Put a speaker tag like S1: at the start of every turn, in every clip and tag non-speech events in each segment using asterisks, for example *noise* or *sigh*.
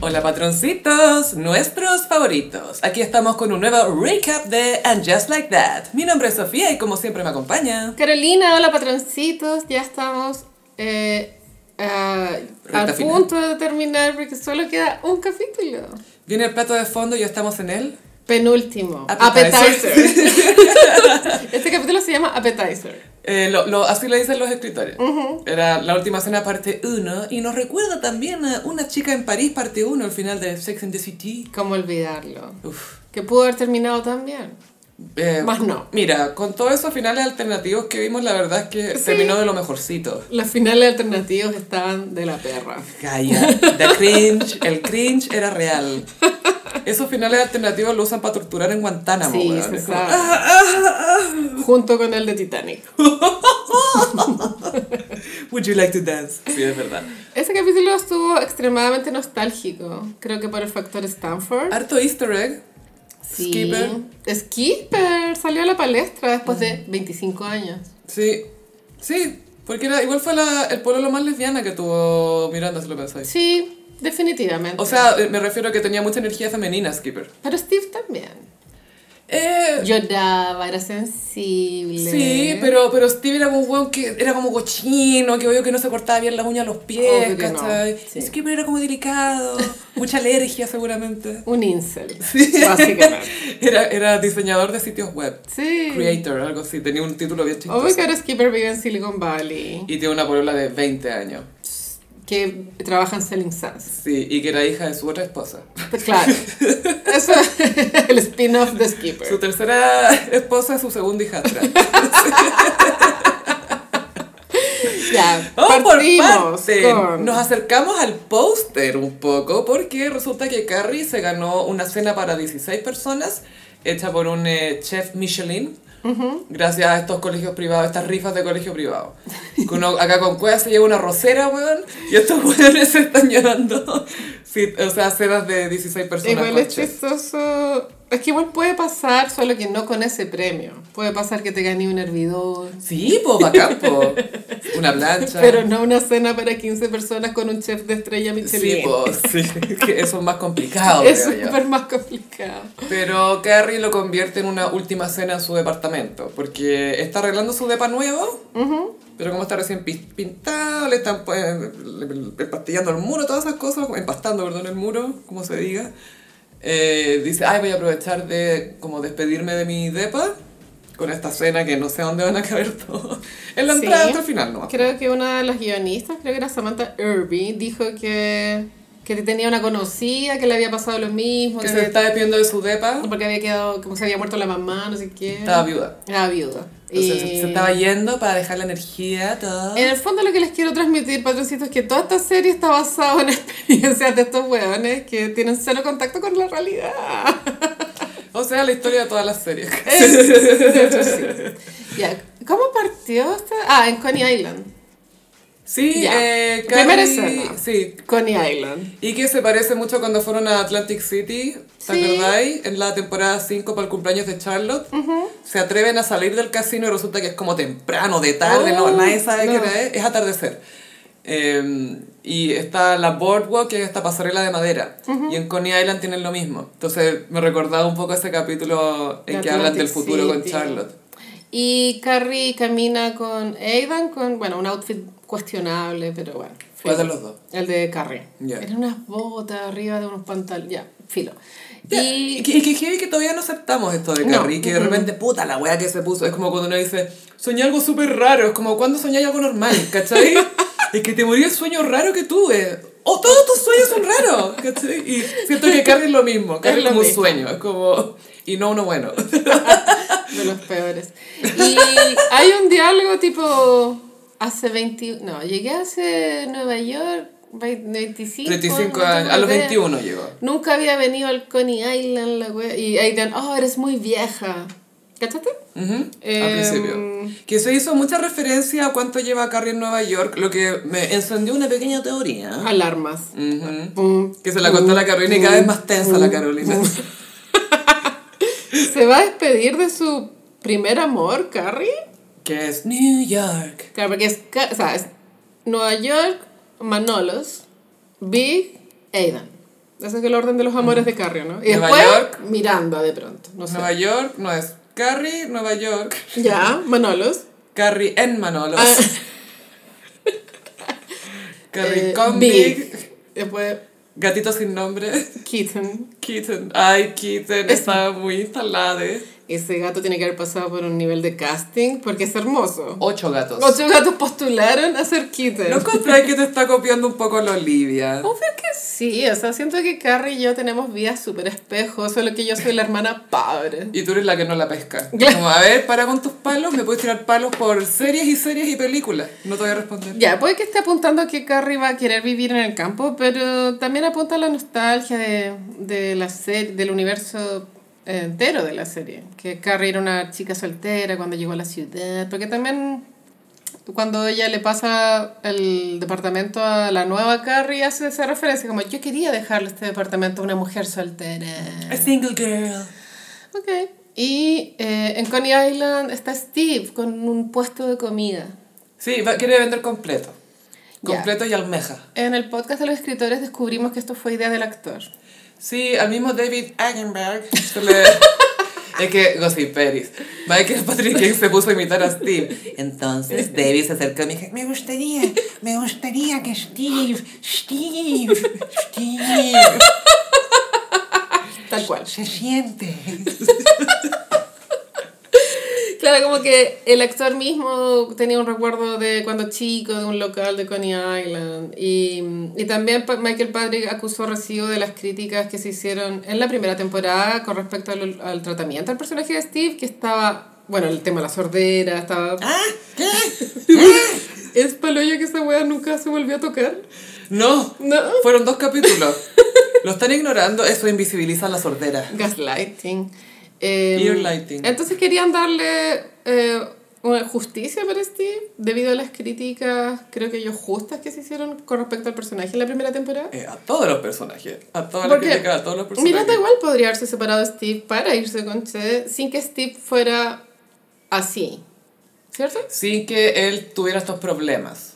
S1: Hola patroncitos, nuestros favoritos. Aquí estamos con un nuevo recap de And Just Like That. Mi nombre es Sofía y como siempre me acompaña.
S2: Carolina, hola patroncitos, ya estamos eh, ah,
S1: Recta
S2: a
S1: final.
S2: punto de terminar porque solo queda un capítulo.
S1: Viene el plato de fondo y ya estamos en él.
S2: Penúltimo.
S1: *laughs* Appetizer.
S2: Appetizer. este capítulo se llama
S1: *laughs*
S2: Appetizer.
S1: Eh, lo, lo- así lo dicen los escritores. Era la última cena parte 1 y nos recuerda también a una chica en París parte 1, el final de Sex and the City.
S2: ¿Cómo olvidarlo?
S1: Uf.
S2: Que pudo haber terminado también.
S1: Eh,
S2: Más no.
S1: Mira, con todos esos finales alternativos que vimos, la verdad es que
S2: Sí.
S1: terminó de lo mejorcito.
S2: Los finales alternativos estaban de la perra.
S1: Calla, the cringe, el cringe era real. Esos finales alternativos lo usan para torturar en Guantánamo,
S2: Sí,
S1: weón.
S2: se
S1: Es como,
S2: sabe.
S1: "Ah,
S2: Junto con el de Titanic.
S1: Would you like to dance? Sí, es verdad.
S2: Ese capítulo estuvo extremadamente nostálgico. Creo que por el factor Stanford.
S1: Harto easter egg.
S2: Sí.
S1: Skipper.
S2: Skipper salió a la palestra después de 25 años.
S1: Sí. Sí, porque era, igual fue la, el pueblo lo más lesbiana que tuvo Miranda, si lo pensáis.
S2: Sí, definitivamente.
S1: O sea, eh, me refiero a que tenía mucha energía femenina, Skipper.
S2: Pero Steve también.
S1: Eh,
S2: Lloraba, era sensible.
S1: Sí, pero, pero Steve era como un weón que era como cochino, que obvio que no se cortaba bien las uñas a los pies,
S2: Obvio que no,
S1: ¿cachai?
S2: sí.
S1: Es que era como *laughs* delicado, mucha alergia seguramente.
S2: Un incel,
S1: *laughs*
S2: básicamente.
S1: Era, era diseñador de sitios web,
S2: Sí.
S1: creator, algo así, tenía un título bien chistoso.
S2: Obvio que ahora Skipper vive en Silicon Valley,
S1: Y tiene una polola de 20 años,
S2: que trabaja en Selling Suns.
S1: sí, y que era hija de su otra esposa. *laughs*
S2: Pues Claro. Eso es el spin-off de
S1: Su
S2: Skipper.
S1: tercera esposa es su segunda hijastra.
S2: Ya,
S1: Vamos por
S2: partimos
S1: partes.
S2: con...
S1: Nos acercamos al póster un poco porque resulta que Carrie se ganó una cena para 16 personas hecha por un eh, chef Michelin. Gracias a estos colegios privados, estas rifas de colegio privado. Que uno acá con cueva se lleva una rosera, weón, y estos *laughs* weones se están llevando, sí, o sea, cenas de 16 personas.
S2: Igual
S1: con
S2: es
S1: chef.
S2: chistoso... Es que igual puede pasar, solo que no con ese premio. Puede pasar que te gane un hervidor,
S1: Sí, po, bacán,
S2: *laughs*
S1: po. Una plancha.
S2: pero no una cena para 15 personas con un chef de estrella Michelin.
S1: sí, po, sí, *laughs* que eso es más complicado.
S2: es
S1: creo yo.
S2: súper más complicado.
S1: Pero Carrie lo convierte en una última cena en su departamento, porque está arreglando su depa nuevo, pero como está recién pi- pintado, le están pues, le- le- empastillando el muro, todas esas cosas, empastando, perdón, el muro, como se diga. Eh, dice, ay, voy a aprovechar de como despedirme de mi depa con esta cena que no sé dónde van a caber *laughs* todos. En la
S2: Sí.
S1: entrada hasta el final, ¿no?
S2: Creo que una de las guionistas, creo que era Samantha Irby, dijo que, que tenía una conocida que le había pasado lo mismo,
S1: Que
S2: que
S1: se está despidiendo de su depa,
S2: porque había quedado, como se había muerto la mamá, no sé qué.
S1: estaba viuda.
S2: Era viuda.
S1: Entonces
S2: Y-
S1: se estaba yendo para dejar la energía, todo.
S2: En el fondo lo que les quiero transmitir, patroncitos, es que toda esta serie está basada en *laughs* experiencias de estos hueones que tienen cero contacto con la realidad.
S1: O sea, la historia de todas las series.
S2: Ya, ¿Cómo partió esta? Ah, en Coney Island.
S1: Sí,
S2: Ya.
S1: eh, Carrie-
S2: Primera escena.
S1: Sí.
S2: Coney Island.
S1: Y que se parece mucho cuando fueron a Atlantic City, ¿te
S2: Sí.
S1: acordáis? En la temporada 5 para el cumpleaños de Charlotte. Se atreven a salir del casino y resulta que es como temprano, de tarde, no,
S2: Oh,
S1: nadie sabe qué
S2: no.
S1: hora es, es atardecer. Eh, y está la boardwalk, que es esta pasarela de madera. Y en Coney Island tienen lo mismo. Entonces me recordaba un poco ese capítulo en
S2: De
S1: que hablan
S2: Atlantic
S1: del futuro con
S2: City.
S1: Charlotte.
S2: Y Carrie camina con Aidan con, bueno, un outfit cuestionable, pero bueno.
S1: ¿Cuál
S2: filo.
S1: de los dos?
S2: El de Carrie.
S1: Ya.
S2: Era unas botas arriba de unos pantalones, ya, filo.
S1: Y,
S2: Y
S1: que, y que heavy que todavía no aceptamos esto de
S2: No.
S1: Carrie, que de repente, puta, la wea que se puso. Es como cuando uno dice, soñé algo súper raro, es como cuando soñé algo normal,
S2: *laughs*
S1: ¿cachai? es que te morí el sueño raro que tuve. O todos tus sueños son raros, ¿cachai? Y siento que Carrie es lo mismo, Carrie es
S2: lo
S1: como un
S2: mismo.
S1: sueño, es como. Y no uno bueno.
S2: *laughs* de los peores. Y hay un diálogo tipo, hace 20, no, llegué hace Nueva York, vei- 25.
S1: 35
S2: pues, no
S1: años,
S2: tengo
S1: a los
S2: idea.
S1: 21 llegó.
S2: Nunca había venido al Coney Island, la wea. Y Aidan, oh, eres muy vieja. ¿Cachaste?
S1: Ujú,
S2: Em,
S1: al principio. Que se hizo mucha referencia a cuánto lleva Carrie en Nueva York, lo que me encendió una pequeña teoría.
S2: Alarmas.
S1: Ujú.
S2: Pum,
S1: Que se la contó la Carolina y cada vez más tensa la Carolina.
S2: ¿Se va a despedir de su primer amor, Carrie?
S1: Que es New York.
S2: Claro, porque es, ca- o sea, es Nueva York, Manolos, Big, Aidan. Ese es el orden de los amores de Carrio, ¿no? Y
S1: Nueva
S2: después,
S1: York.
S2: Miranda de pronto, no sé.
S1: Nueva York no es Carrie, Nueva York.
S2: Ya, Manolos.
S1: Carrie en Manolos.
S2: Ah,
S1: Carrie
S2: eh,
S1: con Big.
S2: Big. Después,
S1: Gatito sin nombre.
S2: Kitten.
S1: Kitten. Ay, Kitten.
S2: Es-
S1: Está muy instalada. ¿eh?
S2: Ese gato tiene que haber pasado por un nivel de casting porque es hermoso.
S1: Ocho gatos.
S2: Ocho gatos postularon a ser Kitten.
S1: ¿No encontráis que te está copiando un poco la Olivia?
S2: Obvio que sí, o sea, siento que Carrie y yo tenemos vidas súper espejos, solo que yo soy la hermana pobre.
S1: Y tú eres la que no la pesca.
S2: Claro.
S1: Como, a ver, para con tus palos, me puedes tirar palos por series y series y películas. No te voy a responder.
S2: Ya, puede que esté apuntando que Carrie va a querer vivir en el campo, pero también apunta a la nostalgia de, de la ser- del universo eh, entero de la serie. Que Carrie era una chica soltera cuando llegó a la ciudad, porque también cuando ella le pasa el departamento a la nueva Carrie hace esa referencia, como yo quería dejarle este departamento a una mujer soltera.
S1: A single girl.
S2: Ok. Y eh, en Coney Island está Steve con un puesto de comida.
S1: Sí, va- quiere vender completo.
S2: Ya.
S1: Completo y almeja.
S2: En el podcast de los escritores descubrimos que esto fue idea del actor.
S1: Sí, al mismo David Agenberg se
S2: *laughs*
S1: le... Es que Gossip Peris. Michael Patrick King se puso a imitar a Steve. Entonces David se acercó y me dijo, me gustaría, me gustaría que Steve, Steve, Steve
S2: Tal cual.
S1: se siente.
S2: Claro, como que el actor mismo tenía un recuerdo de cuando chico, de un local de Coney Island. Y, y también pa- Michael Patrick acusó recibo de las críticas que se hicieron en la primera temporada con respecto al, al tratamiento del personaje de Steve, que estaba, bueno, el tema de la sordera, estaba...
S1: ¿Ah? ¿Qué?
S2: Es paloyo que esa wea nunca se volvió a tocar.
S1: No,
S2: No.
S1: fueron dos capítulos. Lo están ignorando, eso invisibiliza la sordera.
S2: Gaslighting. Eh,
S1: Earlighting.
S2: Entonces querían darle eh, una justicia para Steve debido a las críticas, creo que ellos justas que se hicieron con respecto al personaje en la primera temporada.
S1: Eh, a todos los personajes, a todas las
S2: Porque
S1: críticas, a todos los personajes.
S2: Miranda igual podría haberse separado de Steve para irse con Che sin que Steve fuera así. ¿Cierto?
S1: sin que él tuviera estos problemas.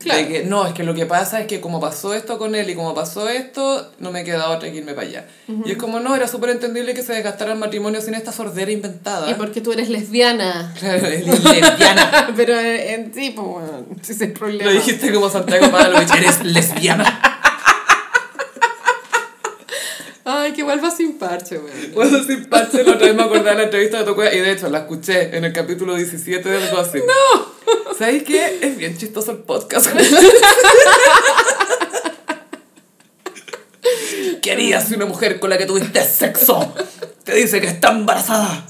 S2: Claro.
S1: De que, no, es que lo que pasa es que como pasó esto con él y como pasó esto, no me queda otra que irme para allá. Y es como, no, era súper entendible que se desgastara el matrimonio sin esta sordera inventada.
S2: Y porque tú eres lesbiana.
S1: *laughs*
S2: *laughs*
S1: Claro, es lesbiana.
S2: Pero eh, en sí, pues, bueno, ese es el problema.
S1: lo dijiste como Santiago Pavlovich, eres lesbiana.
S2: Ay, que vuelva sin parche, weón.
S1: Bueno, sin parche, la otra vez me acordaba de la entrevista de Tocuea, y de hecho la escuché en el capítulo 17 de algo así. ¡No! ¿Sabéis qué? Es bien chistoso el podcast. ¿Qué harías si una mujer con la que tuviste sexo te dice que está embarazada?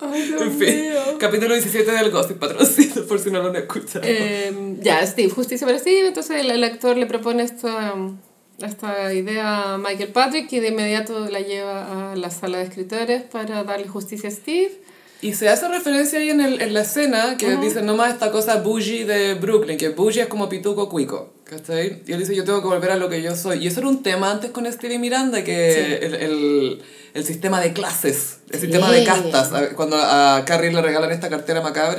S2: Ay, Dios
S1: En fin,
S2: mío.
S1: capítulo 17 del Gossip, patroncito, por si no lo han escuchado.
S2: Eh, ya, Steve, justicia para Steve. Entonces el, el actor le propone esta, esta idea a Michael Patrick y de inmediato la lleva a la sala de escritores para darle justicia a Steve.
S1: Y se hace referencia ahí en, el, en la escena que dice nomás esta cosa bougie de Brooklyn, que bougie es como pituco cuico, ¿cachai? Y él dice, yo tengo que volver a lo que yo soy. Y eso era un tema antes con Steve y Miranda, que el, el- el sistema de clases, el sistema de
S2: Sí.
S1: castas. A- Cuando a Carrie le regalan esta cartera macabra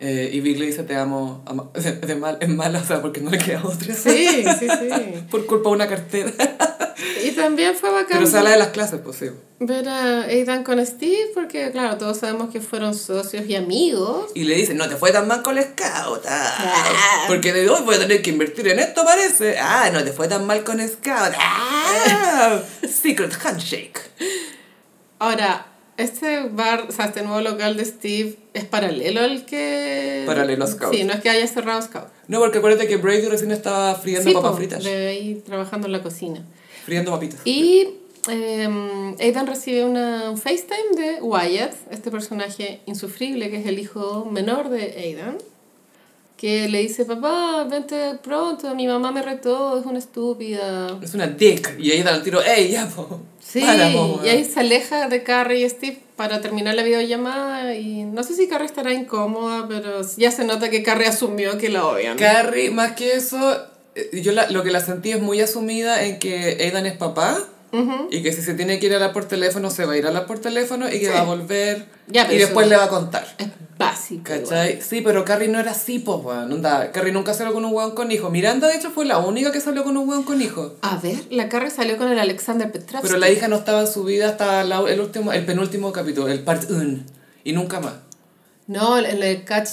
S1: eh, y Big le dice, te amo ama- de, de mal, en mala, o sea, porque no le queda otra.
S2: Sí, sí, sí.
S1: *laughs* Por culpa de una cartera.
S2: Y también fue bacán
S1: Pero se habla de las clases, pues sí.
S2: ver a Aidan con Steve porque, claro, todos sabemos que fueron socios y amigos.
S1: Y le dicen, no te fue tan mal con la scout. ah, porque de hoy voy a tener que invertir en esto, parece. Ah, no te fue tan mal con scout. ah, secret handshake.
S2: Ahora, este bar, o sea, este nuevo local de Steve es paralelo al que...
S1: Paralelo a Scout.
S2: Sí, no es que haya cerrado Scout.
S1: No, porque acuérdate que Brady recién estaba friendo
S2: Sí,
S1: papas
S2: po,
S1: fritas.
S2: de ahí trabajando en la cocina.
S1: Friendo papitas.
S2: Y eh, Aidan recibe una, un FaceTime de Wyatt, este personaje insufrible que es el hijo menor de Aidan, que le dice, papá, vente pronto, mi mamá me retó, es una estúpida.
S1: Es una dick. Y ahí da el tiro, ¡ey, ya, po!
S2: Sí,
S1: para, po,
S2: y ahí se aleja de Carrie y Steve para terminar la videollamada y no sé si Carrie estará incómoda, pero ya se nota que Carrie asumió que la odian.
S1: Carrie, más que eso, eh, yo la- lo que la sentí es muy asumida en que Aidan es papá Y que si se tiene que ir a hablar por teléfono, se va a ir a hablar por teléfono y que
S2: Sí.
S1: va a volver
S2: Ya, pero
S1: y
S2: eso-
S1: después le va a contar.
S2: Es básico. igual.
S1: ¿Cachai? Sí, pero Carrie no era así, pues, weón. Onda, Carrie nunca salió con un weón con hijo. Miranda, de hecho, fue la única que salió con un weón con hijo.
S2: A ver, la Carrie salió con el Alexander Petrovsky.
S1: Pero la hija no estaba en su vida hasta la- el, último, el penúltimo capítulo, el part 1. Y nunca más.
S2: No, en el Catch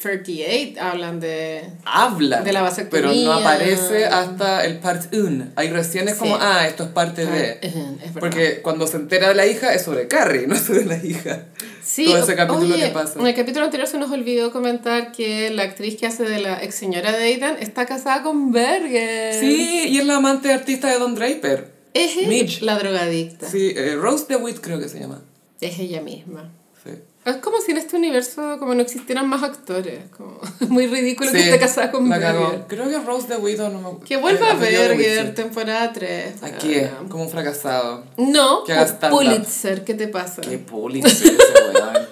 S2: 38 hablan de...
S1: Habla.
S2: De la vasectomía.
S1: Pero no aparece hasta el part 1. Ahí recién es como,
S2: Sí.
S1: ah, esto es parte de.
S2: Es verdad.
S1: Porque cuando se entera de la hija es sobre Carrie, *laughs* no sobre la hija.
S2: Sí,
S1: todo ese
S2: o-
S1: capítulo
S2: oye,
S1: que pasa.
S2: En el capítulo anterior se nos olvidó comentar que la actriz que hace de la ex señora de Ethan está casada con Berger.
S1: Sí, y es la amante artista de Don Draper.
S2: Es él,
S1: Mitch.
S2: la drogadicta.
S1: Sí, eh, Rose DeWitt creo que se llama.
S2: Es ella misma.
S1: Sí.
S2: Es como si en este universo como no existieran más actores. Como, *laughs* muy ridículo que
S1: Sí,
S2: esté casada con
S1: la
S2: Berger.
S1: cagó. Creo que Rose de Widow no me acu-
S2: Que vuelva
S1: eh,
S2: a
S1: apellido de Witt,
S2: Berger,
S1: sí.
S2: temporada 3.
S1: ¿A qué? Como un fracasado.
S2: No,
S1: Que haga
S2: o
S1: stand-up.
S2: Pulitzer, ¿qué te pasa?
S1: Qué Pulitzer ese *laughs* weón.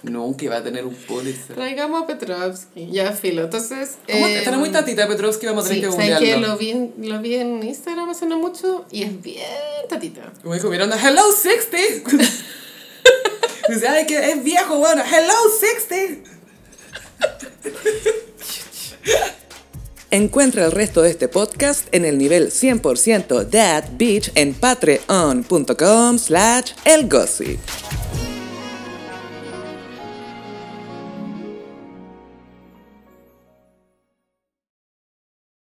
S1: Nunca iba a tener un Pulitzer.
S2: Traigamos a Petrovsky, ya filo. Entonces.
S1: ¿Cómo
S2: eh,
S1: te- estará muy tatita Petrovsky? Vamos a
S2: Sí,
S1: tener que
S2: ¿sabes qué?
S1: googlearlo.
S2: Lo vi, en, lo vi en Instagram hace no mucho y es bien tatita.
S1: Como dijo Miranda, hello 60. *laughs* Dice, ay, que es viejo, bueno, hello 60. *laughs* Encuentra el resto de este podcast en el nivel 100% That Beach en patreon.com slash elgossip.